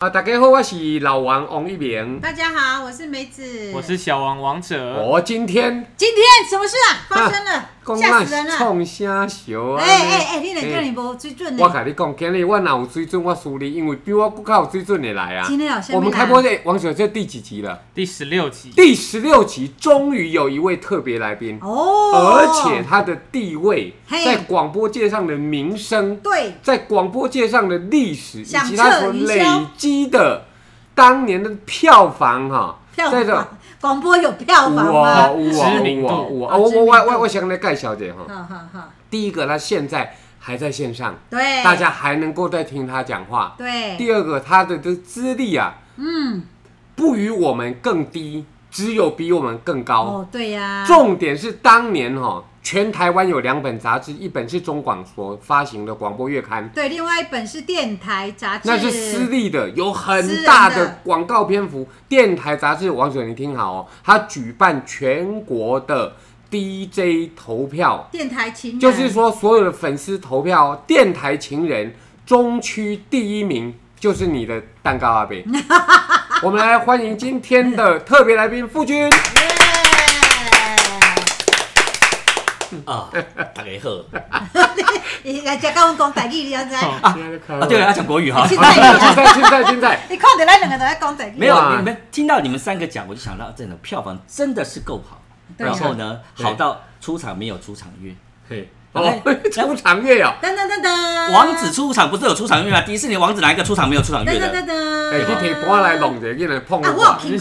啊，大家好，我是老王王一鸣。大家好，我是梅子。我是小王王嗯者，我、今天今天什么事啊？发生了，吓死人了！创啥小啊？哎哎哎，你两个人无水准呢我！甲你讲，今日我若有水准，我输你，因为比我更较有水准的来啊。今天有什么我们开播这王小这第几集了？第十六集，第十六集，终于有一位特别来宾，哦，而且他的地位嘿在广播界上的名声，对，在广播界上的历史，以响彻及他所云霄累积的当年的票房哈、票在这房广播有票有房啊吗？有啊知名有度啊有啊！啊我知我名我度我我想来介绍一下哈。好好好，第一个，他现在还在线上，对，大家还能够再听他讲话。对，第二个，他的这资历啊，嗯，不与我们更低，只有比我们更高。哦，对呀，重点是当年哈、全台湾有两本杂志，一本是中广所发行的《广播月刊》，对，另外一本是电台杂志，那是私立的，有私很人大的的广告篇幅。电台杂志，王水，你听好哦，它举办全国的 DJ 投票，电台情人，就是说所有的粉丝投票哦，电台情人中区第一名就是你的蛋糕阿贝。我们来欢迎今天的特别来宾傅君。耶， 啊，大家好。你来家跟我讲台语，你要知道？哦 啊，对了，要讲国语 哈。现啊，在现在现在现在，你看到咱两个都在讲台语，没有，哇你们听到你们三个讲，我就想到真的票房真的是够好。对然后呢，对好到出场没有出场乐。嘿，哦， 出场乐哦，噔噔噔噔，王子出场不是有出场乐啊吗？迪士尼王子哪一个出场没有出场噔乐噔的？噔噔，哎，去提盘来弄者，给人碰一啊，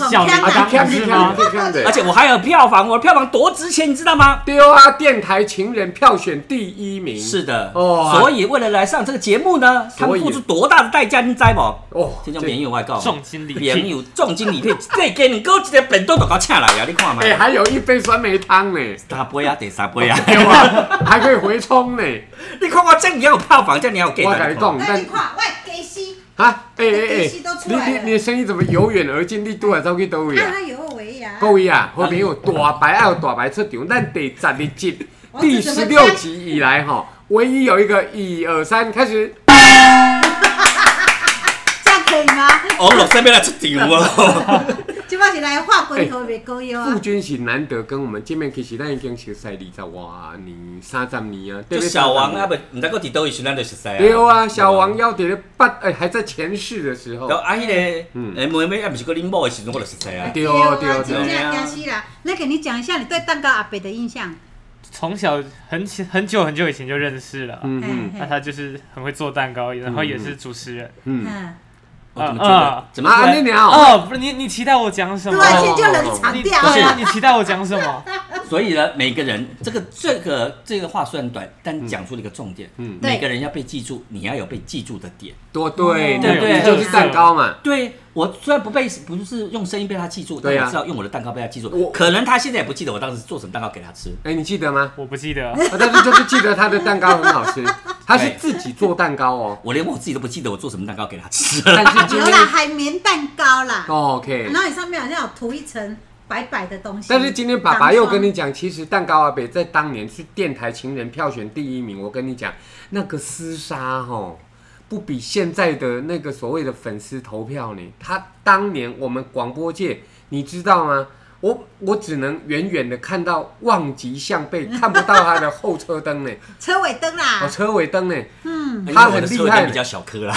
下我有听过，听啊，过去。看去是吗看去看的而。且我还有票房，我的票房多值钱，你知道吗？丢啊！电台情人票选第一名是的，哦所以为了来上这个节目呢，他所以们付出多大的代价，你知道不？哦这叫免有外告，重金礼免聘，有重金礼聘， 再给你够一个本都都搞请来啊呀，你看嘛哎、，还有一杯酸梅汤 呢，三杯啊，第三杯啊。对吧？还可以回冲呢。你看我这样也有票房，这样也有给我跟你讲，那但你看，喂，给西，啊，哎哎这哎气都，出你来你了你的声音怎么由远而近？你拄来走去倒位看啊？他有维哎呀。各位啊，后面有大牌，还有大牌出场。咱第十二集、我第是怎么十六集以来哈，唯一有一个一二三开始，这样可以吗？哦我六身边来出场哦。 即摆是来画龟头袂高腰傅啊！君是难得跟我们见面，其实咱已经熟识二十哇年、三十年啊。就对不对小王啊， 30年不，唔知搁伫倒位时咱就熟识啊。对啊，小王。要伫咧八哎还在前世的时候然，后啊，迄个嗯诶妹妹啊，毋是搁恁某的时阵，我就熟识啊。对对啊，真对，正惊死啦！来给你讲一下你对蛋糕阿伯的印象。从小很前很久很久以前就认识了。嗯哎嗯。那他就是很会做蛋糕，然后也是主持人。嗯，嗯，我怎么觉得嗯？怎么啊，突安尼然？鸟，哦，不是你，你期待我讲什突么？然间就冷场你掉对啊，了。你期待我讲什么？啊所以呢，每个人这个这个这个话虽然短，但讲出了一个重点。嗯嗯，每个人要被记住，你要有被记住的点。多对哦对对对，就是蛋糕嘛。对我虽然不被不是用声音被他记住，但对啊我知道用我的蛋糕被他记我住。可能他现在也不记得我当时做什么蛋糕给他吃。哎，你记得吗？我不记得。啊但是就是记得他的蛋糕很好吃，他是自己做蛋糕 哦。我连我自己都不记得我做什么蛋糕给他吃。但是今有天啦，海绵蛋糕啦，哦 OK，然后你上面好像有涂一层白白的东西。但是今天爸爸又跟你讲，其实蛋糕啊阿北在当年是电台情人票选第一名。我跟你讲，那个厮杀吼，不比现在的那个所谓的粉丝投票呢。他当年我们广播界，你知道吗？我我只能远远的看到望极项背，看不到他的后车灯 呢，车尾灯哦啦，车尾灯呢。 嗯，他很厉害因为我的车灯比较小颗啦。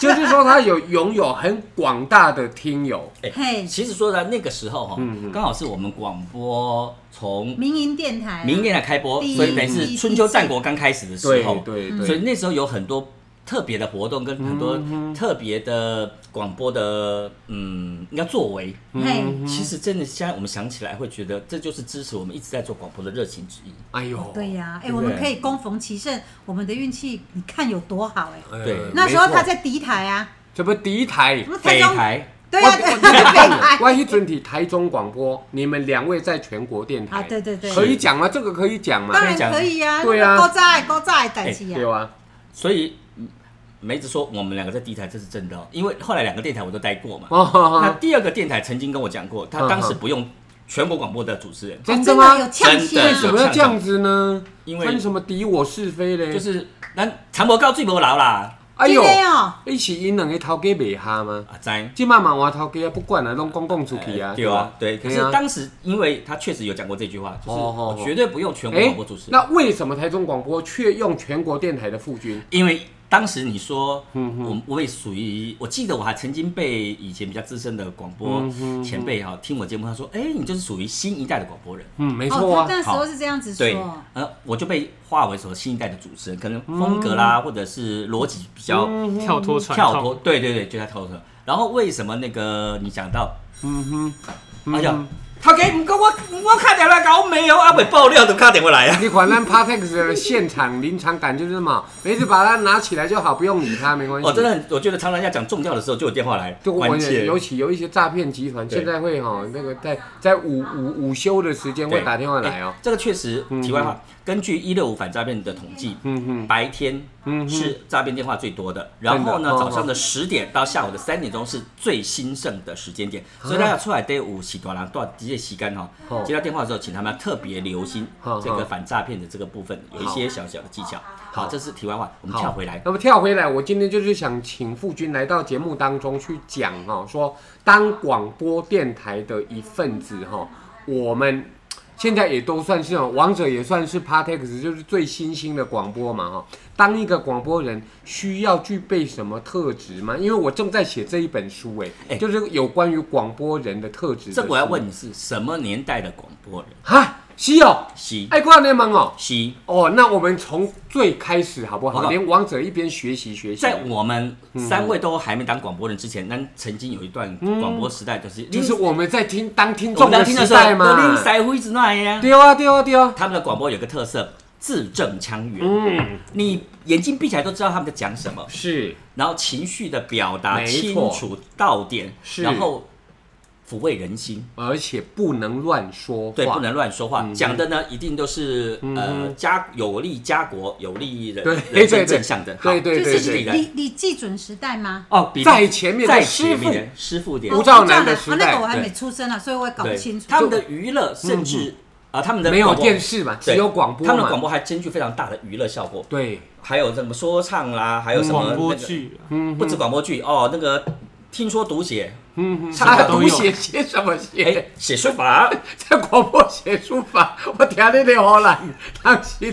就是说他有拥有很广大的听友。哎嘿，其实说呢，那个时候哈、嗯嗯刚好是我们广播从民营电台啊。明年来开播，第一所以等于是春秋战国刚开始的时候，对哦嗯所以那时候有很多特别的活动跟很多特别的广播的嗯，应该作为。嗯嘿，其实真的，现在我们想起来会觉得，这就是支持我们一直在做广播的热情之一。哎呦，对呀，哎，对不我对们可以攻逢其胜，我们的运气你看有多好哎。呃对那时候他没错在敌台啊，这不第一台什。么台北中，台，对啊，对对台。万一准体台中广播，你们两位在全国电台啊对对对可以讲吗？这个可以讲吗当？然可以啊，对啊高炸高炸的代志对啊，吧？所以嗯梅子说我们两个在第一台这是真的、哦，因为后来两个电台我都待过嘛。那哦，嗯第二个电台曾经跟我讲过，他当时不用全国广播的主持人，真的真吗的？有呛真的为虾，什么要这样子呢？因为分什么敌我是非嘞？就是咱长博告最无劳啦，哎呦今，天哦，伊是因两个头家袂合吗？啊，在。即嘛嘛换头家啊，不管啊，拢公共出去啊，呃对吧啊，对。可是对啊当时，因为他确实有讲过这句话，就是哦哦哦我绝对不用全国哎广播主持，那为什么台中广播却用全国电台的副军？因为当时你说，嗯我我也属于，我记得我还曾经被以前比较资深的广播嗯前辈哈听我节目，他说，哎，你就是属于新一代的广播人。嗯，没错哦啊，，他那时候是这样子对说，，呃，我就被划为所谓新一代的主持人，可能风格嗯啦，或者是逻辑比较跳脱传跳脱，统，对对对，就在跳脱。然后为什么那个你讲到，嗯哼，哎呀，他给唔过我，我看电话搞没有，啊，未爆料都打电话来啊。你管咱 Partex 的现场 临场感就是嘛，没事把它拿起来就好，不用理它，没关系。哦，真的很， 我觉得常常要讲重要的时候就有电话来，嗯就我关也切。尤其有一些诈骗集团，对现在会哈那个在在午午午休的时间对会打电话来哦哎。这个确实，题外话，根据一六五反诈骗的统计，嗯哼，白天是诈骗电话最多的，然后呢，嗯真的哦早上的十点到下午的三点钟是最兴盛的时间点，所以大家出来对五喜多郎多这些洗干哈啊哦，接到电话的时候，请他们要特别留心哦这个反诈骗的这个部分，有一些小小的技巧。好，这是题外话，我们好跳回来。那么跳回来，我今天就是想请傅君来到节目当中去讲哦，说当广播电台的一份子哈、哦，我们现在也都算是哦，王者也算是 Partex，就是最新兴的广播嘛哈、哦。当一个广播人需要具备什么特质吗？因为我正在写这一本书，哎、哎就是有关于广播人的特质的这我要书问你是什么年代的广播人？哈，西哦，西爱挂联盟哦。西，哦，那我们从最开始好不好好？吧连王者一边学习学习，在我们三位都还没当广播人之前，那曾经有一段广播时代，就是嗯就是我们在听当听我众们当的听的时时候，代都拎嘛。腮胡一直那呀。对啊，对啊，对啊。他们的广播有个特色，字正腔圆。嗯，你眼睛闭起来都知道他们在讲什么，是然后情绪的表达没清错楚到点，是然后抚慰人心。而且不能乱说话，对，不能乱说话，讲的呢一定都是呃家有利家国、有利嗯人对人对生对正向的。好对对就对这对里是来你你记准时代吗？哦，比在前面的在师前傅面的师傅点吴哦兆南的时代吴兆南啊那个我还没对出生啊，所以我也搞不对清楚。他们的娱乐，甚至啊他们的嗯没有广播电视嘛，只对有广播他们的广嘛。播还兼具非常大的娱乐效果。对，还有什么说唱啦，还有什么广播那个，剧啊，嗯，不止广播剧哦，那个听说读写，嗯，唱他的都读有 写些什么写？哎，写书法，在广播写书法，我听你的荷兰，当 时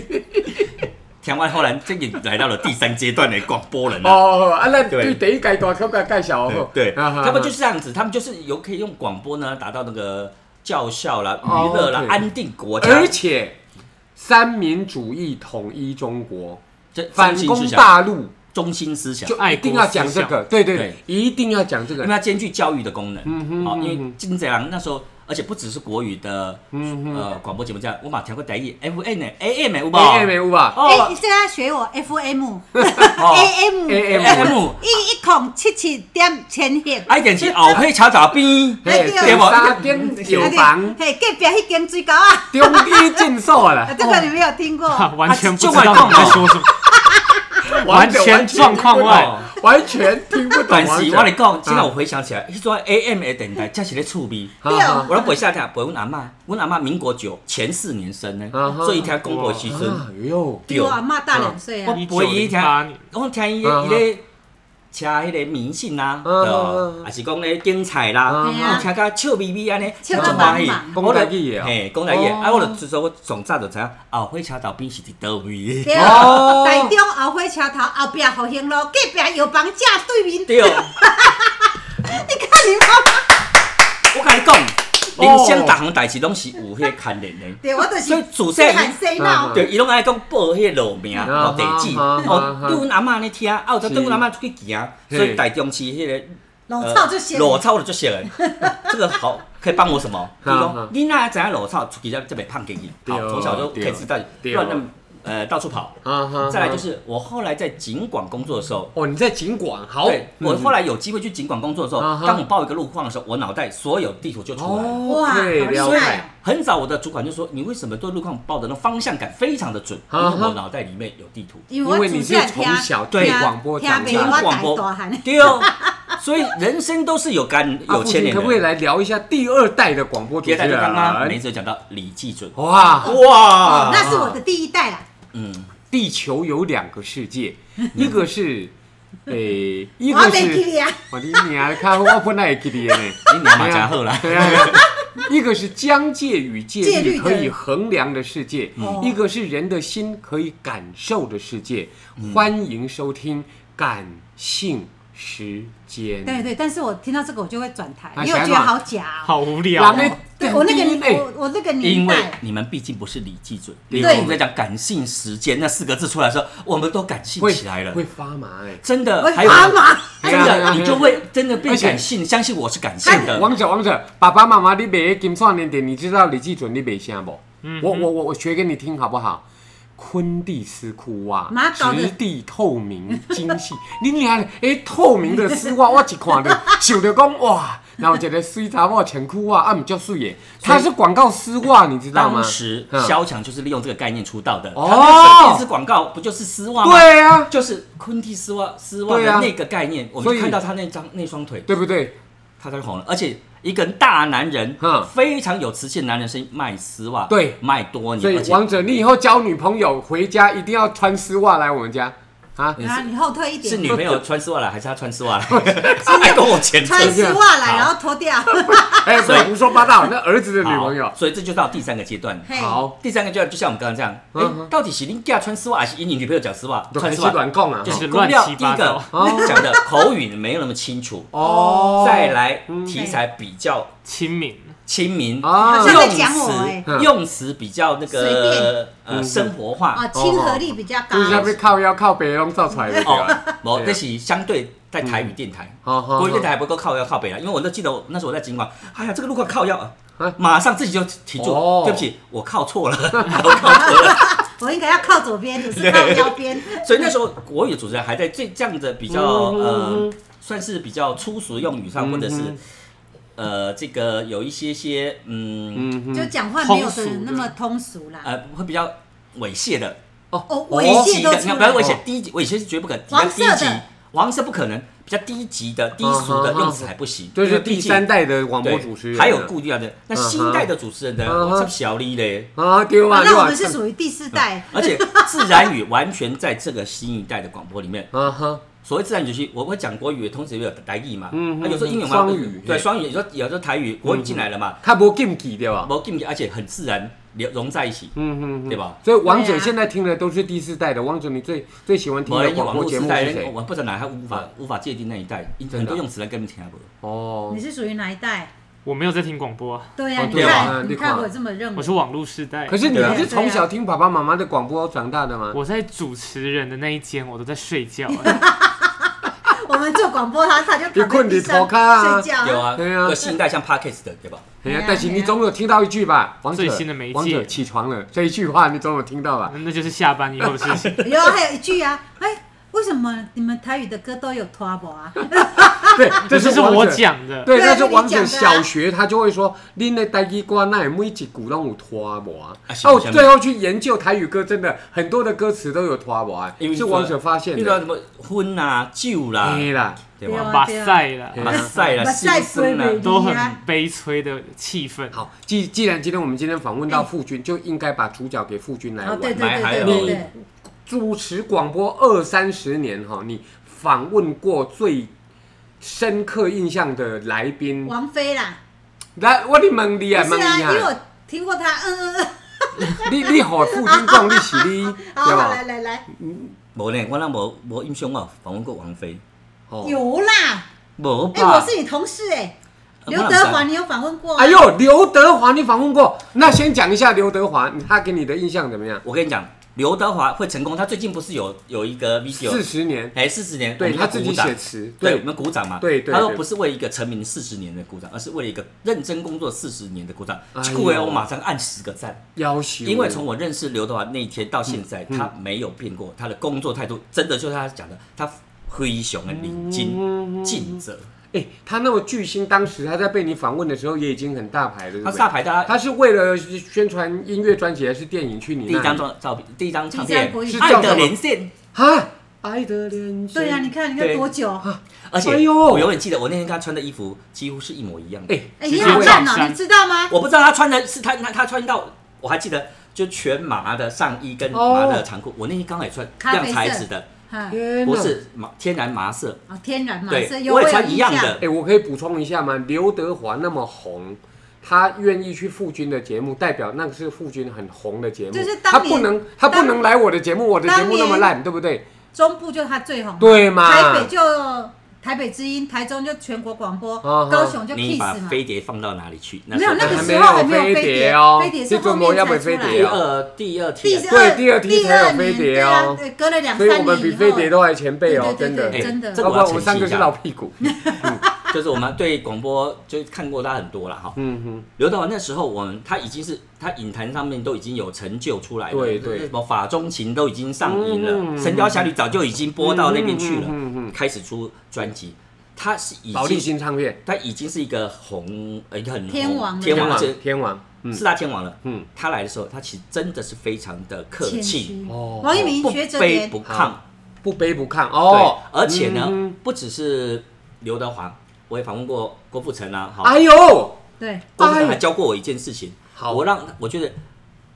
台湾后来这个来到了第三阶段的广播人啊。哦，啊，那对对第一阶段给我介绍哦。对，啊哈他们就是这样子，他们就是有可以用广播呢达到那个教效啦、娱哦乐啦、对安定国家，而且三民主义统一中国，这反中心攻思想大陆。中心思想，就因一定要讲这个，对对，对一定要讲这为个，它兼具教育的功能。哦嗯哼好，因嗯为哼金贼郎那时候，而且不只是国语的呃广播节目这样，我马调过台语 F N 呢 A M 有哎，无？没有吧？哎，哦你这样学我 FM 哦 AM AM 一一孔七七点前线，啊，一定是后背桥找边，哎嘿，对哎点哦沙点酒房，啊哦嘿，隔壁迄间水沟啊，中医进所啦啊，这个你没有听过？哈 完全啊不就知道你在说什么。完全完状况外听不懂，完全听不懂但王是者。我跟你讲，现在我回想起啊来，迄阵 AM 的电台才是咧趣味。好对好啊我都陪下听，陪阮阿嬷，阮阿嬷民国九前四年生呢啊，哈所以听广播的时阵，啊哟，比我阿妈大两岁啊我，一九陪伊零听八年，我听伊啊哈伊咧车迄个迷信啊，啊对啊哦，啊还是讲咧精啊彩啦，对我啊，听甲笑眯眯安尼，笑我到很欢喜茫茫讲台语的哦嘿，讲台语的，哦啊，我就知道我从早就知影，后火车头边是伫倒位对的，哦啊，台中后火车头后壁复兴路，隔壁药房正对 面。对哦，你看你妈妈，我甲你讲，哦人生逐项代志拢是有迄个牵连的。对我就是所以自细喊洗啊脑，对，伊拢爱讲报迄个路名、啊哦地址，啊啊哦啊对阮阿嬷咧听，啊有阵是对阮阿嬷出去行，嘿所以台中市迄个呃老草就写。裸草就写了。 这个好，可以帮我 什么？比如啊讲，你哪知影裸草出去才才袂胖给你。对，好哦从小就开始在对哦乱那么呃到处跑。啊哈再来就是我后来在警广工作的时候。哦，你在景广好嗯对，，我后来有机会去警广工作的时候啊，哈当我报一个路况的时候，我脑袋所有地图就出来了。哦，哇，好对厉了解害！很早，我的主管就说：“你为什么对路况报的那方向感非常的准？因啊哈为我脑袋里面有地图。因因为为我你是主持人从听小听对广播听长不大我广播大大汉。对 哦，所以人生都是有干啊有牵连父亲可的。不可以来聊一下第二代的广播主第持二代就人？刚刚梅子讲到李济准，啊哇，哦哇那是我的第一代啦，嗯， 地球有两个世界，一个是诶，伊我就袂记是，哩啊，我你娘看我本来会记得的呢。 你娘嘛加好啦，对啊， 一个是疆界与界戒律律的可以衡量的世界，嗯哦一个是人的心可以感受的世界。嗯欢迎收听《感性时间》。对对，但是我听到这个我就会转台，啊因为我觉想得法好假哦。好无人聊的哦。对我那个第一类年，我我那个年因为代，你们毕竟不是李济准，对李济准在讲感性时间那四个字出来的时候，我们都感性会起来了，会发麻哎。真的我，还有妈妈，真对啊哎的，你就会真的变而且感性，相信我是感性的。哎王者，王者，爸爸妈妈你买金创年点，你知道李济准你买啥不？嗯我我我我学给你听好不好？昆蒂丝裤袜妈，搞得质啊地透明精细， 你娘的诶，透明的丝 袜，我一看到，想着讲哇，然后一个水查某穿裤袜，啊唔叫水耶，它是广告丝袜，你知道吗当？时嗯萧蔷就是利用这个概念出道的，哦他那个电视广告不就是丝袜吗？对啊，就是昆蒂丝袜丝袜对啊的那个概念，我所们以就看到他那张那双腿，对不对？他就红了，而且一个大男人嗯，非常有磁性的男人是卖丝袜，对卖多所年，而以且王者，你以后交女朋友回家一定要穿丝袜来我们家啊！你然后是你后退一点，是女朋友穿丝袜来，还是他穿丝 袜来？他 还跟我前车穿丝袜来，好然后脱掉，哎，不所以要胡说八道，那儿子的女朋友好，所以这就到第三个阶段。 嘿哦好，第三个阶段就像我们刚刚这样，嗯哎，到底是你家穿丝袜，还是你女朋友讲丝袜都开穿始丝袜？乱讲啊就！是乱公料七八糟第一个讲的口语没有那么清楚，哦再来题材比较亲民，亲民，啊好像在讲我用哎嗯词用词比较那随个呃生活啊，化。亲和力比较高就。是要被靠腰靠北拢造出来的对哦吧？，我对啊嗯那是相对在台语电台，好好国语电台好还不够靠腰靠北了，因为我都记得我那时候我在金广，哎呀，这个路况靠腰，啊啊马上自己就停住哦，对不起，我靠错了， 我靠错了。我应该要靠左边，你是靠腰边。所以那时候国语主持人还在这这样的比较嗯呃，算是比较粗俗用语上，或者是呃这个有一些些嗯嗯就哼，讲话没有的人那么通俗啦。呃会比较猥亵的，哦，我猥一低级亵都的，你出看不要来哦猥了，亵，低级猥亵是绝不可能，比较黄色的低级，黄色不可能，比较低级的低俗的嗯哼用词还不行，这是因为毕第竟三代的广播对主持人，还有顾虑啊的。嗯那哼新一代的主持人呢，嗯哼我是小丽嘞，啊，对啊嘛？那我们是属于第四代，而且自然语完全在这个新一代的广播里面啊哈，所谓自然语系，我会讲国语，同时也有台语嘛。嗯嗯，嗯有时候英语嘛，双语嗯对嘿双语，有时候有时候台语国语进来了嘛，他不禁忌对吧？我跟你而且很自然融融在一起，嗯哼，对吧？所以王对者啊现在听的都是第四代的，王者你最最喜欢听我的以广网播络节时目代是人，谁？我不知道哪还无法无法界定那一代，的啊很多用词来根本听不懂。哦你，是属于哪一代？我没有在听广播啊，对呀，哦你对啊那看，你你看看我这么认我为是。网络世代。可是你对啊啊不是从小听爸爸妈妈的广播长大的吗？我在主持人的那一间，我都在睡觉、哎我们做广播，他他就你困躺在地你头上壳啊睡觉有啊，对啊有新一代像 Parkes 的，对吧？哎呀对，啊但是你总有听到一句吧，王者最新的媒介王者起床了这一句话，你总有听 到吧？那就是下班以后的事情。有啊，还有一句啊，哎，为什么你们台语的歌都有拖播啊？对，这就是我王者讲的， 对，对啊但是就你王者讲的啊小学他就会说，恁的台语歌那每一句拢有拖磨啊。啊是哦，我是最后去研究台语歌，真的很多的歌词都有拖磨啊，因为是王者发现遇的。到哎什么婚啊、酒啦，黑啦，对对吧？啊马赛了对啊马赛啦、马赛新生啊啦归，位都很悲催的气氛。好，既既然今天我们今天访问到傅君，就应该把主角给傅君来哦，玩。对对买对还有对对对，主持广播二三十年哈，你访问过最深刻印象的来宾，王菲啦，来，我你问你不啊，是问啊，你因为啊，我听过他，嗯嗯嗯，你你好，傅君讲你是你， 对好，好吧来？来来，无呢，我那无无印象哦，访问过王菲，哦有啦，无哎，我吧？是你同事哎，啊我刘哪知德道华，你有访问过 啊？哎呦，刘德华，你访问过？那先讲一下刘德华，他给你的印象怎么样？我跟你讲，刘德华会成功，他最近不是有有一个 video 四十年，哎，四十年，对我们他要自己鼓掌写词对，对我们鼓掌嘛，对对他说对不是为一个成名四十年的鼓掌，而是为了一个认真工作四十年的鼓掌哎。呦顾维欧马上按十个赞，要求因为从我认识刘德华那一天到现在，他没有变过，他的工作态度真的就是他讲的，他非常的领嗯进尽责，哎、他那么巨星，当时他在被你访问的时候也已经很大牌了，对他不大对？牌大家。他是为了宣传音乐专辑还是电影去你第一那张里？照照片，第一张唱第一片张国语《是叫爱什么的连线》，哈，爱的连线。对啊呀，你看你看对多久？而且哎呦我永远记得我那天跟他穿的衣服几乎是一模一样的。哎、哎，直你接好上看哦，山你知道吗？我不知道他穿的是他他他穿到，我还记得就全麻的上衣跟麻的长裤，我那天刚好也穿咖啡亮色材质的，哈，天不哪！是麻天然麻色，哦，天然嘛，对是有我也有穿一样印象的哎、我可以补充一下吗？刘德华那么红，他愿意去傅军的节目，代表那个是傅军很红的节目。就是当他不年能，他不当能来我的节目，我的节当目那么年烂，对不对？中部就他最红，对嘛台北就台北之音，台中就全国广播，哦高雄就你 kiss 把嘛。飞碟放到哪里去？没有时那候个还时没候还有没有飞飞碟哦飞碟这个是后我面要不才出飞来碟第的。哦二第二第题啊，二第二题第才有二飞年碟对哦啊，对隔了两所以我三们比年飞以后碟都还前辈哦，对真对的对。真的哎这要不个我要然我们澄清三一个是下老屁股。就是我们对广播就看过他很多了哈。嗯哼，刘德华那时候，我们他已经是他影坛上面都已经有成就出来了，对对什么法中情都已经上映了，嗯嗯嗯神雕侠侣》早就已经播到那边去了，嗯嗯嗯嗯开始出专辑，他是已保利经新唱片，他已经是一个红呃一个很红天王了天王，天而王且，天王，嗯四大天王了。嗯，他来的时候，他其实真的是非常的客谦气，虚哦王一鸣不学者卑点不亢好，不卑不亢对哦，。而且呢嗯，不只是刘德华，我也访问过郭富城啊，好，哎呦，对，郭富城还教过我一件事情，好我让我觉得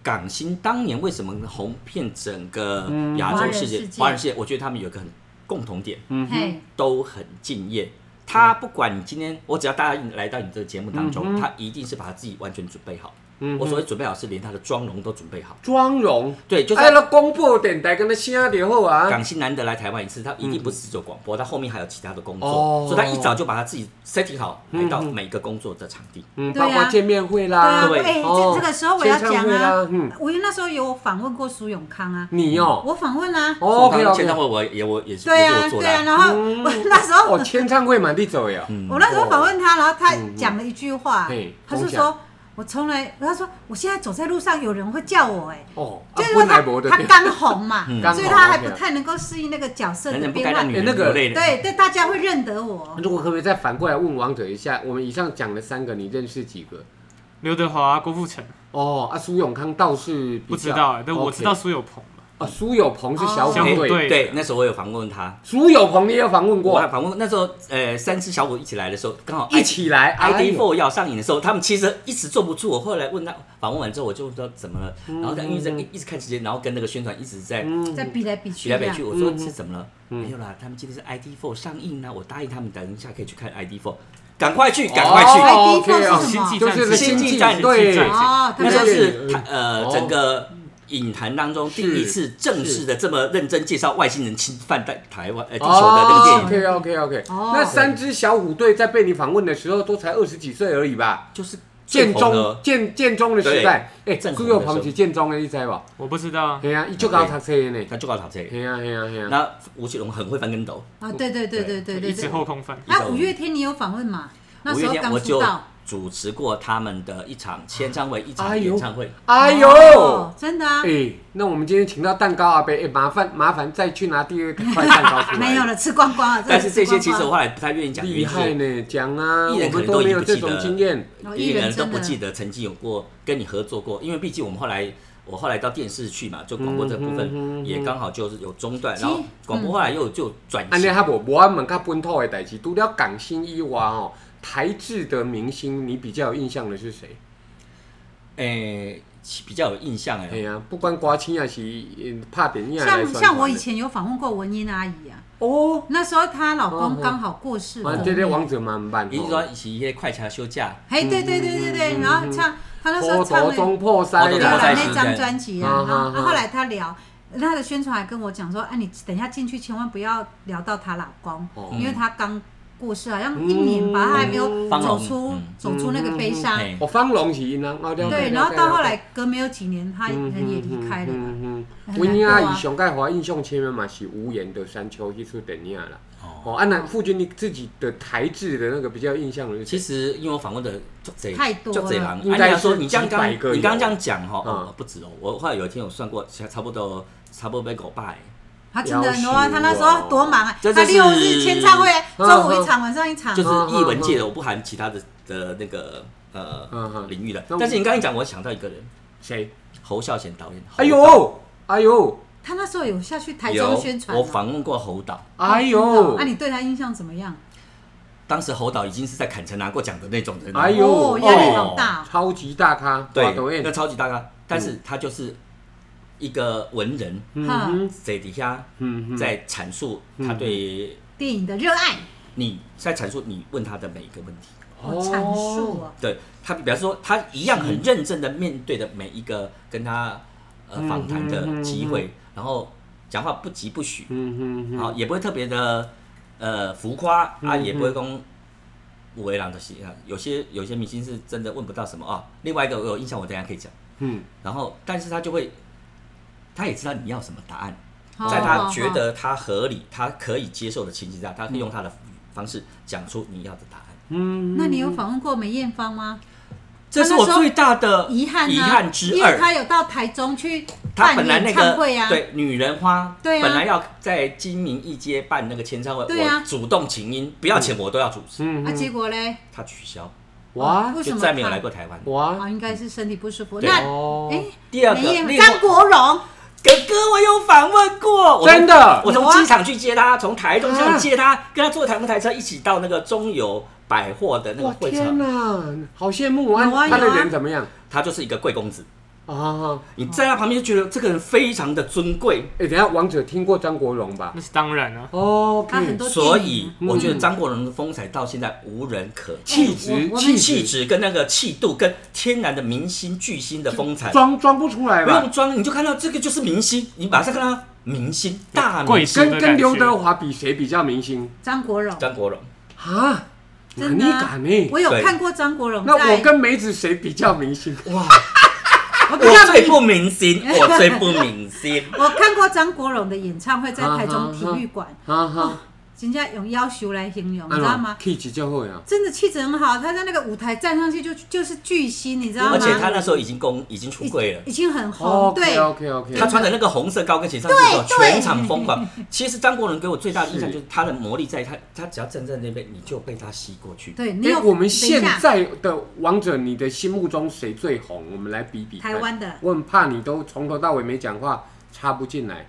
港星当年为什么红遍整个亚洲世界嗯、华华人人世界世界？我觉得他们有一个很共同点，嗯嘿，都很敬业。他不管你今天，我只要大家来到你这个节目当中，他一定是把他自己完全准备好。嗯我所谓准备好，是连他的妆容都准备好。妆容，对，就是哎，那广播电台跟那声就好啊。港星难得来台湾一次，他一定不是只做广播，他后面还有其他的工作，哦所以他一早就把他自己 setting 好，来到每个工作的场地。嗯，对啊包括见面会对啦啊，，对哎，哦这这个时候我要签唱讲会啦啊嗯，我那时候有访问过苏永康啊，你嗯哦，我访问啊，哦所，OK 以他签 OK，唱会我也我也是对也是啊，我做对的啊啊，然后 我那时候哦，签唱会满地走呀，嗯我那时候访问他，然后他讲了一句话嘿，他是怎么说，我从来，他说我现在走在路上，有人会叫我，哎，哦，啊就是本说来他没得他对刚红嘛嗯，刚所以红他还 OK 不太能够适应那个角色男的人不变该化让，女人哎那个流泪的。对对，大家会认得我。如果可不可以再反过来问王者一下？我们以上讲了三个，你认识几个？刘德华、郭富城哦，啊，苏永康倒是比较不知道哎，但我知道 OK 苏有朋嘛，啊，苏有朋是哦小小虎虎队，队哎对，那时候我有访问他，苏有朋你也有访问我过还，访问那时候呃三只小虎一起来的时候，刚好一起来 ID 哎 Four 要上映的时候，他们其实一直坐不住。我后来问他访问完之后，我就说怎么了，嗯然后他因为在一一直看时间，然后跟那个宣传一直在在比来比去比这来样，比去，我嗯说是怎么了？没有啦，他们今天是 ID Four 上映啦，我答应他们等一下可以去看 ID Four，赶快去，赶快去。哦 ID Four OK 是哦什么星际就战士是星际战战士对星际战士哦，他那们时候对是对他呃哦整个影坛当中第一次正式的这么认真介绍外星人侵犯在台湾呃地球的那个电影。 OK OK OK，哦哦那三支小虎队在被你访问的时候都才二十几岁而已吧？就是建最红中的建建中的时代，哎，正苏红的时候有朋是建中的，你知道我不知道啊不？。嘿啊，伊就搞读册的呢，他就搞陶这。嘿啊嘿啊嘿啊，那吴奇隆很会翻跟斗，啊，对对对对对一对直对。后空翻，啊，五月天你有访问嘛？那五时月候天刚我出就道，主持过他们的一场签唱会，一哎场呦演唱会。哎呦哦，，真的啊，哎，那我们今天请到蛋糕阿伯，哎，麻烦麻烦再去拿第二块蛋糕出来。没有了，吃光光了。但是这些其实我我后来不太愿意讲，厉害呢，讲啊，艺我人可们能都已没经有不这记种得经验。一个人都不记得。得曾经有过跟你合作过，因为毕竟我们后来我后来到电视去嘛，就广播这部分也刚好就是有中断，其实然后广播后来又就转安尼型。较无无俺们较本土的代志，除了港星以外哦，台制的明星你比较有印象的是谁？诶，比较有印象哎哎，呀、不管歌星也是嗯拍电影也来像宣传像我以前有访问过文英阿姨啊，哦，那时候她老哦公哦刚好过世啊了，。这个王者蛮慢也就是说，以前一些快车休假，哎，对对对对对，然后唱，她那时候波唱头了对中破塞波头啦中破塞啦，那张专辑啊，嗯然后嗯嗯然后后来她聊。她的宣传还跟我讲说，哎、你等一下进去千万不要聊到她老公，哦因为她刚过世，好像一年吧，她还没有方走龙出、嗯走出那个悲伤。哎哦，方龙是因啊，我了解了对，然后解到后了解来隔没有几年，他人也离开了嘛。嗯嗯很难温英阿姨过啊上盖华印象深的嘛是《无言的山丘》迄出电影啦。哦哦，啊，那傅君你自己的台制的那个比较有印象的是谁，其实因为我访问的就贼太多了就贼狼，应应该该说是你这样几百个刚你有刚刚这样讲哈，嗯哦不止哦，我后来有一天我算过，差不多差不多被狗拜，他真的很多啊，他那时候多忙啊，这他就是六日签唱会，中午一场，晚上一场就。是艺文界的，我不含其他的的那个嗯呃嗯领域的那。我但是你刚刚讲，我想到一个人，谁？侯孝贤导演。哎侯导，呦，哎呦，他那时候有下去台中有宣传啊我吗。访问过侯导，哎哦呦那，你对他印象怎么样？当时侯导已经是在坎城拿过奖的那种人了。哎呦哦，压力好大哦。超级大咖，啊对抖，那音嗯超级大咖，但是他就是一个文人哈，在底下嗯在阐述他对电影的热爱，你在阐述你问他的每一个问题。我阐述啊，对他，比方说他一样很认真的面对的每一个跟他嗯呃访谈的机会，然后讲话不疾不徐，嗯啊，也不会特别的呃浮夸啊，也不会讲五维郎的戏啊。有些有些明星是真的问不到什么啊。另外一个我有印象，我等一下可以讲。嗯然后，但是他就会，他也知道你要什么答案，好在他好觉好得他合理、他可以接受的情境下，他可以用他的方式讲出你要的答案。嗯那你有访问过梅艳芳吗？这是我最大的遗憾啊遗憾之因为二。她有到台中去他办本来那演唱会个啊，对女人花，对啊本来要在金明一街办那个签唱会，对啊我主动请缨，不要钱我都要主持，嗯啊，结果嘞，他取消，哇为什就么再没有来过台湾。她？哇啊，应该是身体不舒服。对那哦哎，第二个，梅艳另外张国荣，哥哥，我有访问过，我真的有我从啊机场去接他，从台中机啊场接他，跟他坐台风台车一起到那个中油百货的那个哇会天场，哪，好羡慕啊有啊！他的有啊人怎么样他就是一个贵公子，啊？你在他旁边就觉得这个人非常的尊贵，哎，等一下王者听过张国荣吧那是当然啊，哦，嗯他很多所电影以我觉得张国荣的风采到现在无人可气嗯哎质我我气气质质跟那个气度跟天然的明星巨星的风采，装装不出来不吧用？装，你就看到这个就是明星，你马上看到明星大明贵星跟族的跟感觉刘德华比谁比较明星张国荣，张国荣，啊？真你的啊敢呢？我有对看过张国荣在，那我跟梅子谁比较明星？哇，我比我较最不明 星，我最不明星。我看过张国荣的演唱会，在台啊中体育馆，哈哈，人家用要求来形容，你安知道龙吗？气质就会啊。真的气质很好，他在那个舞台站上去就就是巨星，你知道吗？而且他那时候已经公已经出柜了已，已经很红，哦对 OK，OK OK，他穿的那个红色高跟鞋上去之后，对对全场疯狂。其实张国荣给我最大的 印象是就是他的魔力在他，他只要站在那边，你就被他吸过去。对，你哎有我们现等一下在的王者，你的心目中谁最红？我们来比比看台湾的我很怕你都从头到尾没讲话，插不进来。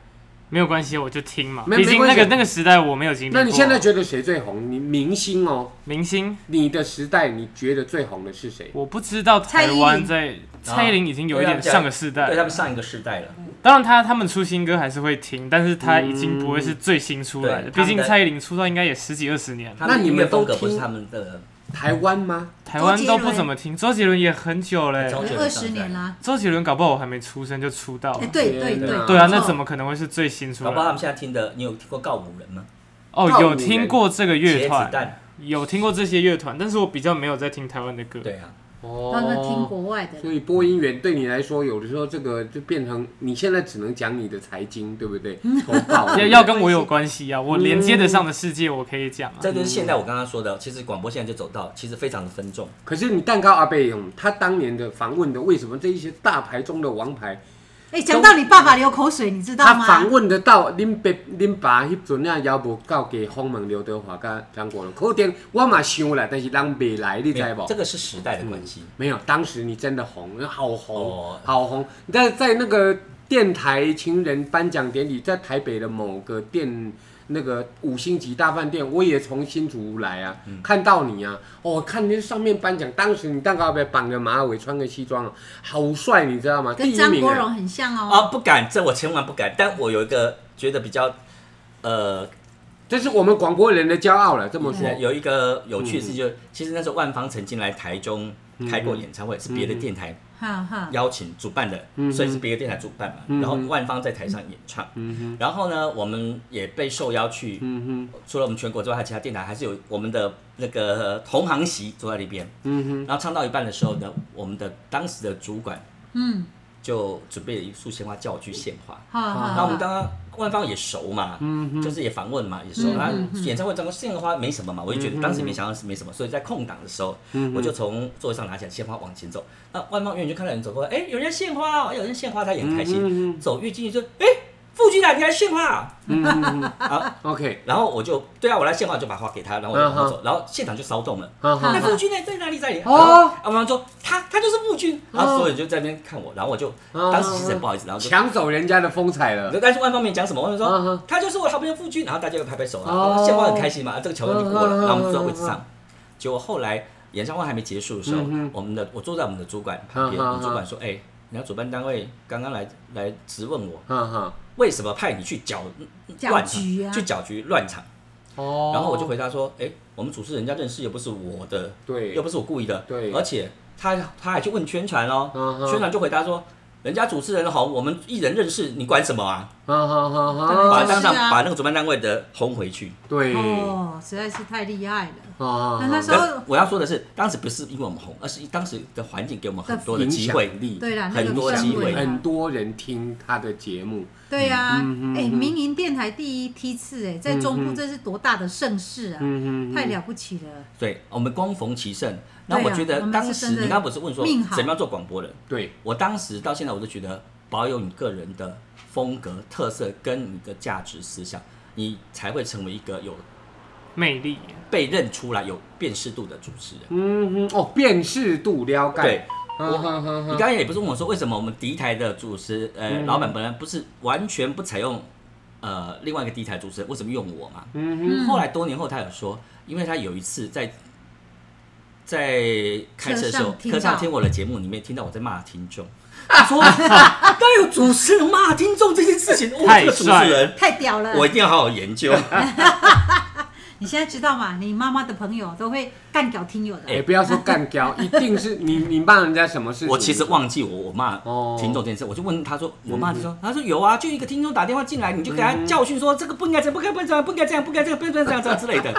没有关系，我就听嘛。没毕竟没关那系个那个时代我没有嗯经历过。那你现在觉得谁最红？你明星哦，明星？你的时代你觉得最红的是谁？我不知道台湾在蔡依林已经有一啊点上个世代对他了，们上一个世代了。当然他他们出新歌还是会听，但是他已经不会是最新出来的，对毕竟他们的蔡依林出道应该也十几二十年了，他们的那你音们乐风都格不是听他们的，台湾吗？台湾都不怎么听，周杰伦也很久嘞，周杰二伦十上年台，啦，周杰伦搞不好我还没出生就出道哎，了，对天对哪对，对啊，没那错怎？么可能会是最新出搞不好他来？们现在听的，你有听过告五人吗？哦，告五有人听过这个乐茄团子，蛋，有听过这些乐团，但是我比较没有在听台湾的歌。对啊，哦他们听国外的，所以播音员对你来说，有的时候这个就变成你现在只能讲你的财经，对不 对？投报要要跟我有关系啊，我连接得上的世界我可以讲啊。这就是现在我刚刚说的，其实广播现在就走到，其实非常的分众。可是你蛋糕阿贝勇，他当年的访问的，为什么这一些大牌中的王牌哎，讲到你爸爸流口水，你知道他访吗？问得到恁爸恁爸迄阵啊，还无够给访问刘德华跟张国荣。可能我嘛想来，但是人未来，你知没有无这？个是时代的关系。没有，当时你真的红，好红，哦好红。你在在那个电台情人颁奖典礼，在台北的某个店那个五星级大饭店，我也从新竹来啊，嗯看到你啊，哦，看你上面颁奖，当时你蛋糕被绑个马尾，穿个西装啊，好帅，你知道吗？第跟一张名、国啊。荣很像哦。啊，不敢，这我千万不敢。但我有一个觉得比较，呃，这是我们广播人的骄傲了，这么说。有一个有趣的事，就是其实那时候万芳曾经来台中开过演唱会，是别的电台啊哈哈，邀请主办的，所以是别的电台主办嘛。然后万芳在台上演唱，然后呢，我们也被受邀去，除了我们全国之外，还有其他电台还是有我们的那个同行席坐在那边。然后唱到一半的时候呢，我们的当时的主管嗯，就准备了一束鲜花叫我去献花。哈哈。那我们刚刚万芳也熟嘛，就是也访问嘛，也熟。然后演唱会整个献花没什么嘛，我就觉得当时也没想到是没什么，所以在空档的时候，我就从座位上拿起来鲜花往前走。那万芳远远就看到有人走过来，哎，有人在献花哦，哎有人献花，他也很开心。走越近就说，哎，傅局长你来献花啊？ OK，然后我就对啊，我来献花，我就把花给他，然后我就往后走，然后现场就骚动了。好好那 好傅军呢在哪里在哪里？哦哦，阿妈说他他就是傅军，然后所有人就在那边看我，然后我就哦当时其实很不好意思，然后就抢走人家的风采了。但是万方面讲什么，万方嗯面哼说他就是我好朋友傅君，然后大家就拍拍手哦啊，献花很开心嘛，啊这个桥段就过嗯嗯了，嗯然后我们坐在位置上，嗯结果后来演唱会还没结束的时候，我们的我坐在我们的主管旁嗯边，嗯我们主管说，哎，人家主办单位刚刚来来质问我，哈哈，为什么派你去搅搅乱场局啊去搅局乱场？哦然后我就回答说，哎、我们主持人家认识，又不是我的，对又不是我故意的，对而且他他还去问宣传哦，嗯哼宣传就回答说，人家主持人红，我们艺人认识，你管什么啊？哈哈哈哦哈，把当场是啊把那个主办单位的轰回去。对，啊哦，实在是太厉害了。哈那那哈时但是候，我要说的是，当时不是因为我们红，而是当时的环境给我们很多的影机响会。力，对啦，那很个多氛机围会啊很多人听他的节目，对呀、啊，嗯哎、嗯嗯嗯民营电台第一梯次，哎，在中部这是多大的盛世啊！嗯太了不起了，对，我们光逢其盛。那对啊我觉我得们当是时真的你刚刚不是问说命好怎么样做广播人？对，我当时到现在我都觉得保有你个人的风格特色跟你的价值思想，你才会成为一个有魅力。被认出来、有辨识度的主持人。嗯哼，哦，辨识度了对解，，哈哈哈你哈，刚才也不是问我说为什么我们第一台的主持呃、老板本来不是完全不采用呃另外一个第一台主持人，为什么用我嘛？嗯后来多年后他有说，因为他有一次在在开车的时车候上，听到车上听我的节目里面听到我在骂听众，他说 该有主持人骂听众这件事情，我太这个主帅持人太屌了！我一定要好好研究。你现在知道吗？你妈妈的朋友都会干掉听友的。哼，也哎不要说干 掉，一定是你你骂人家什么事情，我其实忘记我我骂哦听众这件事，我就问他说，我骂听众，他说有啊，就一个听众打电话进来，你就给他教训说这个不应该这样，不该不该这样，不该这样，不该这样，不该这样这样这样之类的。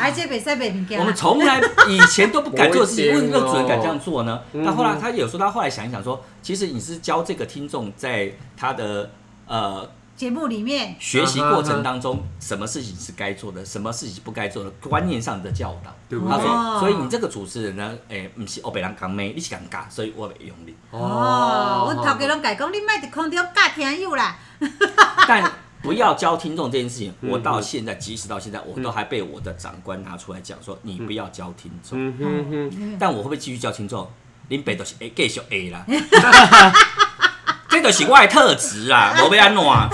来这北塞北平给我们从来以前都不敢做的事我情，为会什煎么哦主持人敢这样做呢？那后来他有说，他后来想一想说，其实你是教这个听众在他的呃节目里面，学习过程当中，什么事情是该做的，什么事情不该做的，观念上的教导。对不他对？哦说，所以你这个主持人呢，诶，不是欧北人讲妹，你是讲尬，所以我没用力。哦，我头家拢改讲，你卖伫空中尬听友啦。 但不要教听众这件事情，嗯我到现在，即使到现在，我都还被我的长官拿出来讲说，你不要教听众。嗯哼哼，但我会不会继续教听众？林北都是 A 继续 A 啦， 这就是我的特质啊， 我要安怎样？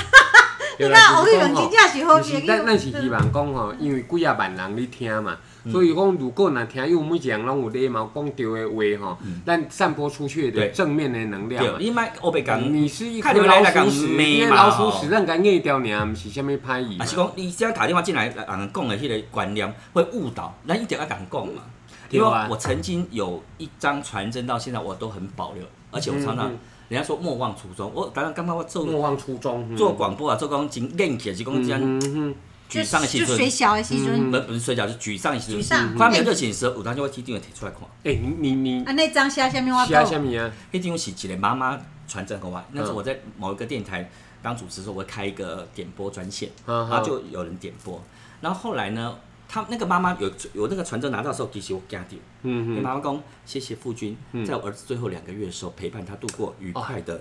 对啦那就我是跟讲人吼真正是好不朋是咱咱是希友。望讲吼，因为几啊万人咧听嘛，嗯所以讲如果若听友每一个人拢有礼貌，讲对的话吼，咱散播出去的嗯对正面的能量对，嘛。你卖欧北讲，你是一看颗你们来老来讲鼠屎，咩你的嘛哦老鼠屎吼咱甲硬掉尔，毋是虾米歹意嘛啊是。讲你这样打电话进来，人讲的迄个观念会误导，咱一定要敢讲嘛。因对为啊我曾经有一张传真到现在我都很保留，而且我常常嗯嗯人家说莫忘初衷，我当然刚刚我做莫忘初衷，嗯做广播啊，做工真练起来，是讲这样嗯哼，沮丧的时就水阵，小的时不嗯阵，不是睡觉，是沮丧的时沮丧阵，发明热情的时候，有当就会一定会提出来看。哎，你你你啊，那张写下面我写讲，虾米啊？迄张是一个妈妈传真给我，那时候我在某一个电台当主持的时候，我会开一个点播专线，嗯然后啊就有人点播，然后后来呢，他那个妈妈有有那个传真拿到的时候，其实我惊掉，因为嗯妈妈讲谢谢父君，在我儿子最后两个月的时候陪伴他度过愉快的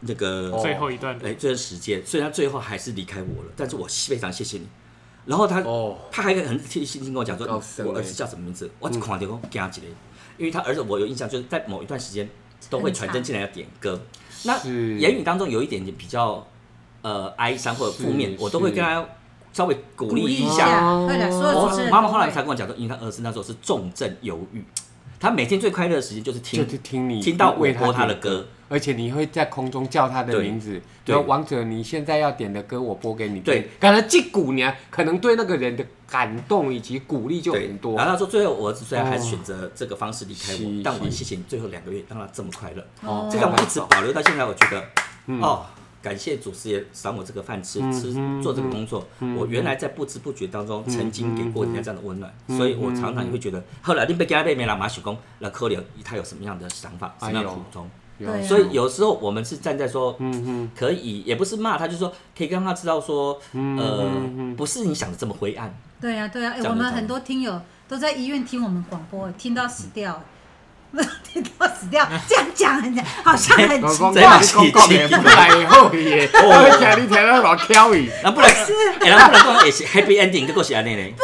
那个哦最后一段，哎这段时间，虽然最后还是离开我了，但是我非常谢谢你。然后他哼，哦，他还很贴心跟我讲说告诉，你我儿子叫什么名字，我嗯只看到我惊一个，因为他儿子我有印象，就是在某一段时间都会传真进来要点歌，那是言语当中有一点点比较呃哀伤或者负面是，我都会跟他稍微鼓励鼓励一一下下。会的，所有哦主持我人都会。妈妈后来才跟我讲说，因为他儿子那时候是重症忧郁，他每天最快乐的时间就是就听是听你听到我为播他的点歌，而且你会在空中叫他的对名字，对然后王者，你现在要点的歌我播给你听，对，可能这股呢，可能对那个人的感动以及鼓励就对很多然。后他说，最后我儿子虽然还是哦选择这个方式离开是我，但我是谢谢你最后两个月让他这么快乐。哦嗯这个我一直保留到现在，我觉得，哦，感谢祖师爷赏我这个饭吃，吃做这个工作，嗯我原来在不知不觉当中曾经给过人家这样的温暖，嗯所以我常常也会觉得，后来你被加被没了马许公，那科里他有什么样的想法，什么样的哎呦苦衷？对啊所以有时候我们是站在说，嗯可以也不是骂他，就是说可以让他知道说，嗯呃，不是你想的这么灰暗，对呀、对呀、哎讲得我们通很多听友都在医院听我们广嗯播，听到死掉， 听到死掉，哎这样讲很好像很哼，奇我 这讲怪样话你讲讲的不来哦是好 耶，我听你听到老翘伊，啊那不然，哎，那不然讲也是 happy ending，结果是安尼嘞，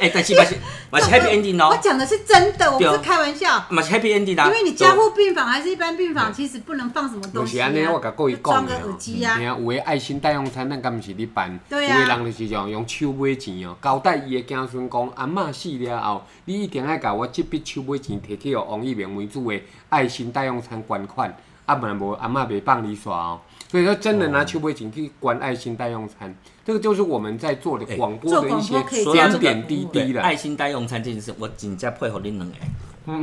哎，但是嘛是嘛嘛是 happy ending 我哦，讲的是真的，我不对是啊开玩笑。嘛是 happy ending 啦。因为你对加护病房还是一般病房，其实不能放什么就东是西安啊，尼，我甲各位就讲装个的耳哦。机啊你。看有的爱心代用餐，咱敢毋是咧办？对有啊的人就是用用手买钱哦，交代伊的子孙讲，阿嬷死了后，你一定爱甲我这笔手买钱摕去互王一鸣为主的爱心代用餐捐款，啊，不然无阿嬷袂放你耍哦。所以说，真的拿手买钱去捐爱心代用餐，这个就是我们在做的哎广播的一做些广播可以这嗯样点子点滴滴对啦。啊爱心代用餐这件事，我真正配合恁两个。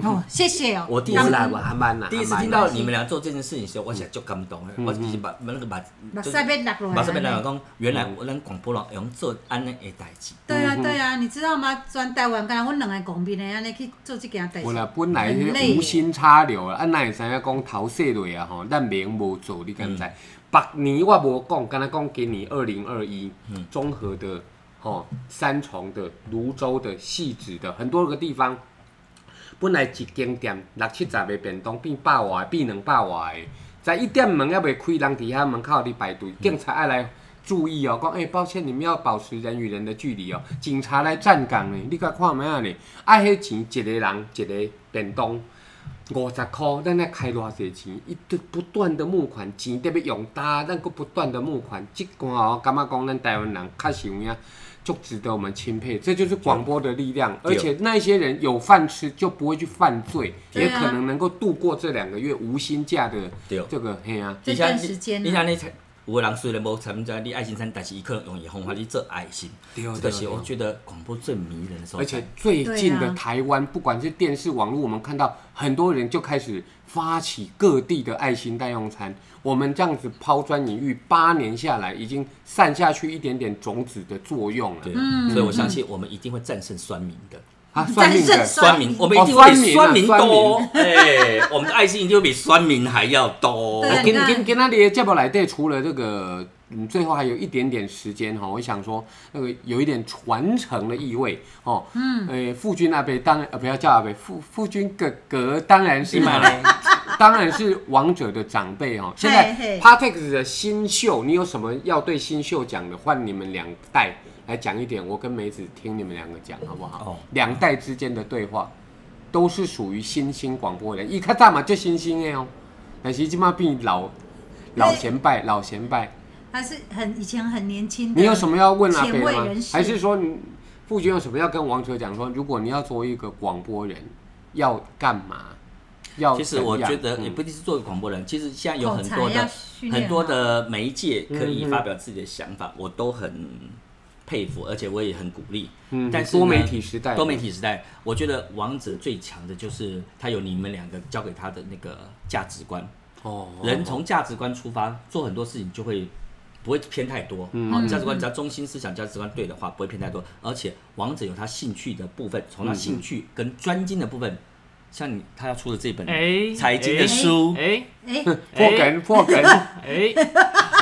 哦，谢谢哦。我第一让次有你嗯啦，我还慢啦。第一次还慢听啦到你们俩做这件事情的时候，我是足感动嗯的。我其实把那个把目屎就是要落落来。马上变来讲，原来我咱广播人会用做安尼的代志。对啊，对啊，你知道吗？全台湾，敢若阮两个公民的安尼去做这件代无啦志，，本来很迄累无心插柳啊，啊，哪会知影讲头细落啊吼？咱明无做，你敢知？别年我无讲，敢若讲今年二零二一，综合的吼，三重的、泸州的、汐止的，很多个地方，本来一间店六七十个便当变百外，变两百外的，在一店门还未开，人伫遐门口伫排队，嗯警察爱来。注意哦，讲哎、欸抱歉，你们要保持人与人的距离哦。警察来站岗呢，你甲看咩啊呢？啊，迄钱一个人一个便当五十箍，咱来开偌济钱？伊都不断的募款，钱得要用搭，咱佫不断的募款，即款哦，感觉讲咱台湾人确实有影，足值得我们钦佩。这就是广播的力量，对而且那些人有饭吃就不会去犯罪，对也啊可能能够度过这两个月无薪假的对这个嘿啊。这段时间你呢，像你才有的人虽然无参加你爱心餐，但是伊可能用伊方法你做爱心，对这对就是我对觉得广播最迷人的时候。而且最近的对啊台湾，不管是电视、网络，我们看到很多人就开始发起各地的爱心代用餐。我们这样子抛砖引玉，八年下来，已经散下去一点点种子的作用了对。，嗯所以我相信我们一定会战胜酸民的。啊，算命战的胜酸酸民民，我们一定会哦比酸酸民民啊多。 哎，我们的爱心一定会比酸民还要多对。哎啊跟你看跟跟那里节目来对，除了这个，嗯，最后还有一点点时间哈、哦，我想说那个有一点传承的意味哦。嗯，呃，傅君阿伯当然呃不要叫阿伯，傅傅君哥哥当然是你嘛嘞 当然是王者的长辈哦。现在嘿 Partex 的新秀，你有什么要对新秀讲的？换你们两代来讲一点，我跟梅子听你们两个讲好不好？哦两代之间的对话。都是属于新兴广播人，伊较早嘛就新兴的哦，但是即马变老老前辈，老前辈，还是很以前很年轻的。你有什么要问啊阿北前卫吗人？士还是说你傅君有什么要跟王哲讲说，如果你要做一个广播人，要干嘛？要其实我怎样觉得也嗯不一定是做广播人，其实现在有很多口才要的训练好很多的媒介可嗯以发表自己的想法，我都很佩服，而且我也很鼓励。嗯但是呢多媒体时代，多媒体时代，我觉得王者最强的就是他有你们两个教给他的那个价值观。哦，人从价值观出发，做很多事情就会不会偏太多。嗯好，价值观只要中心思想、价值观对的话，不会偏太多。而且王者有他兴趣的部分，从他兴趣跟专精的部分，像你他要出的这本哎财经的书，哎哎，破梗破 梗，哎，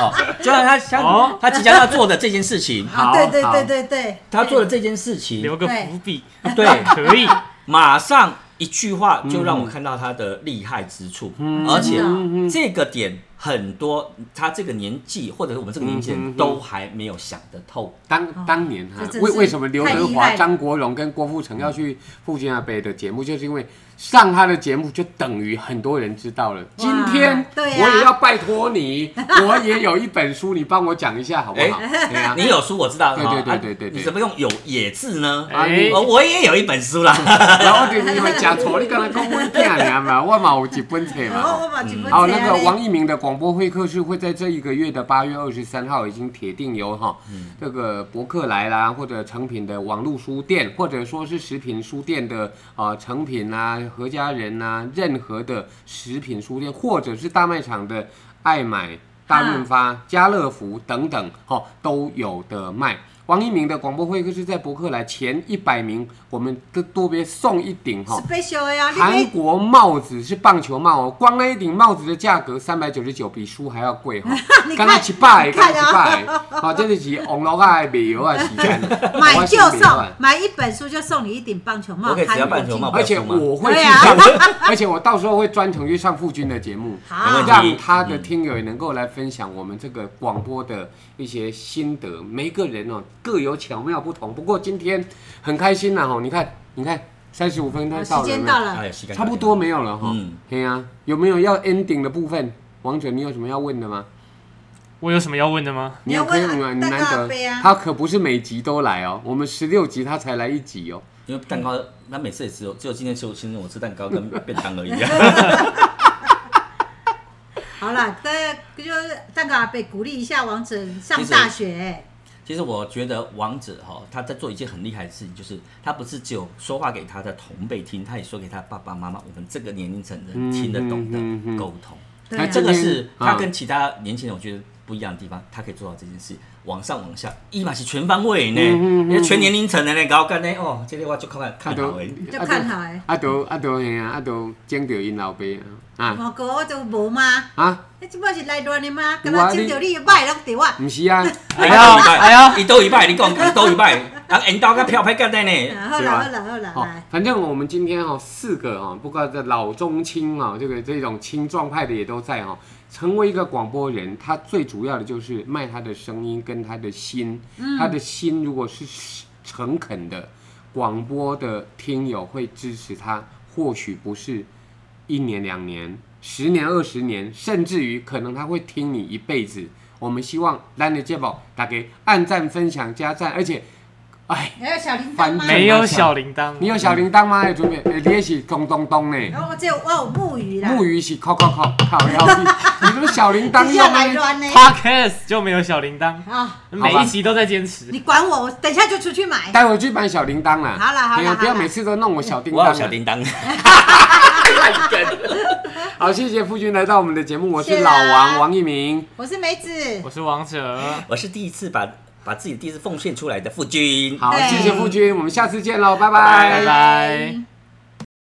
哦，就像他像哦他即将要做的这件事情，啊，好对对好对对对，他做的这件事留哦情，个伏笔，对，啊可以。马上一句话就让我看到他的厉害之处，而且嗯这个点很多他这个年纪或者是我们这个年纪嗯人都还没有想得透。当当年哈哦这真，是为为什么刘太德厉害华、了张国荣跟郭富城要去傅君阿北的节目，就是因为上他的节目就等于很多人知道了。今天对呀我也要拜托 你，我也有一本书，你帮我讲一下好不好？对哎呀，你有书我知道，啊对哈对对啊对对对你怎么用有野字呢？啊哎哦，我也有一本书 啦，然后就你们讲错，你刚才讲我骗人嘛，我嘛有一本册然后嘛。我把几分啊好，嗯哦那个王一鸣的广播会客室会在这一个月的八月二十三号已经铁定由哈、这个博客来啦，或者成品的网络书店，或者说是食品书店的啊成品啊、何家人啊，任何的食品书店，或者是大卖场的爱买、大润发、家乐福等等，哈、都有的卖。王一鸣的广播会客室在博客来前一百名，我们都多别送一顶哈、 special 的呀，你韩别国帽子是棒球帽哦，光那一顶帽子的价格三百九十九，比书还要贵哈、哦。 你看刚刚七百，你刚看啊刚七百，好，这就是网络啊，卖油啊时间。 买我就是卖药送啊，买一本书就送你一顶棒球帽，我可以只要韩国棒球帽进而且我会去对上啊， 而且我到时候会专程去上傅君的节目，好没问题让他的听友也能够来分享我们这个广播的一些心得。每一个人哦，各有巧妙不同。不过今天很开心呐、哦，你看你看三十五分钟好到了时没有，间到哎了，呀，时间啊差不多没有了哈。嗯嘿啊，有没有要 ending 的部分？王者，你有什么要问的吗？我有什么要问的吗？你也可以问啊，你你要问啊难蛋糕阿得伯啊他可不是每集都来哦，我们十六集他才来一集哦。因为蛋糕，那每次也只有只有今天休息，我吃蛋糕跟便当而已、啊 好了，那就是蛋糕阿伯鼓励一下王者上其实大学，其实我觉得王者哈，他在做一件很厉害的事情，就是他不是只有说话给他的同辈听，他也说给他爸爸妈妈，我们这个年龄层的人听得懂嗯嗯嗯的沟通。对还啊，这真个是嗯他跟其他年轻人我觉得不一样的地方，他可以做到这件事，往上往下，一码是全方位呢，嗯嗯嗯因为全年龄层的呢，搞干呢哦，这个我就看看看好诶。欸就看好哎。啊都啊都嘿啊啊都见到因老爸啊我哥我就无嘛，啊啊，你即摆是来乱的吗？有敢啊若整着你歹拢对我，唔是啊，哎呀哎呀伊都一拜，你讲伊都一拜， 人引导个票牌干呢呢，啊好对吧啦好啦好啦，哦来，，反正我们今天哦，四个哦，不管这老中青啊、哦，这个这种青壮派的也都在哦。成为一个广播人，他最主要的就是卖他的声音跟他的心，他的心如果是诚恳的，广播的听友会支持他，或许不是一年两年、十年二十年，甚至于可能他会听你一辈子。我们希望咱的节目大家按赞、分享、加赞，而且，哎。还有小铃铛吗反？没有小铃铛，你有小铃铛吗？有准备？欸、你也是咚咚咚呢。然后哦我这有我有木鱼啦，木鱼是扣扣扣，靠腰屁。 你这个小铃铛等一下来用的，乱呢。 podcast 就没有小铃铛，啊，每一集都在坚持。你管我，我等一下就出去买。待会去买小铃铛啦。好啦好啦哎呀不要好啦每次都弄我小叮我当啊有啦。小叮当。 好，谢谢傅君来到我们的节目，我谢是谢老啦王王一鸣。我是梅子我，是王者，我是第一次把把自己第一次奉献出来的父君。好，对谢谢傅君，我们下次见喽，拜拜拜。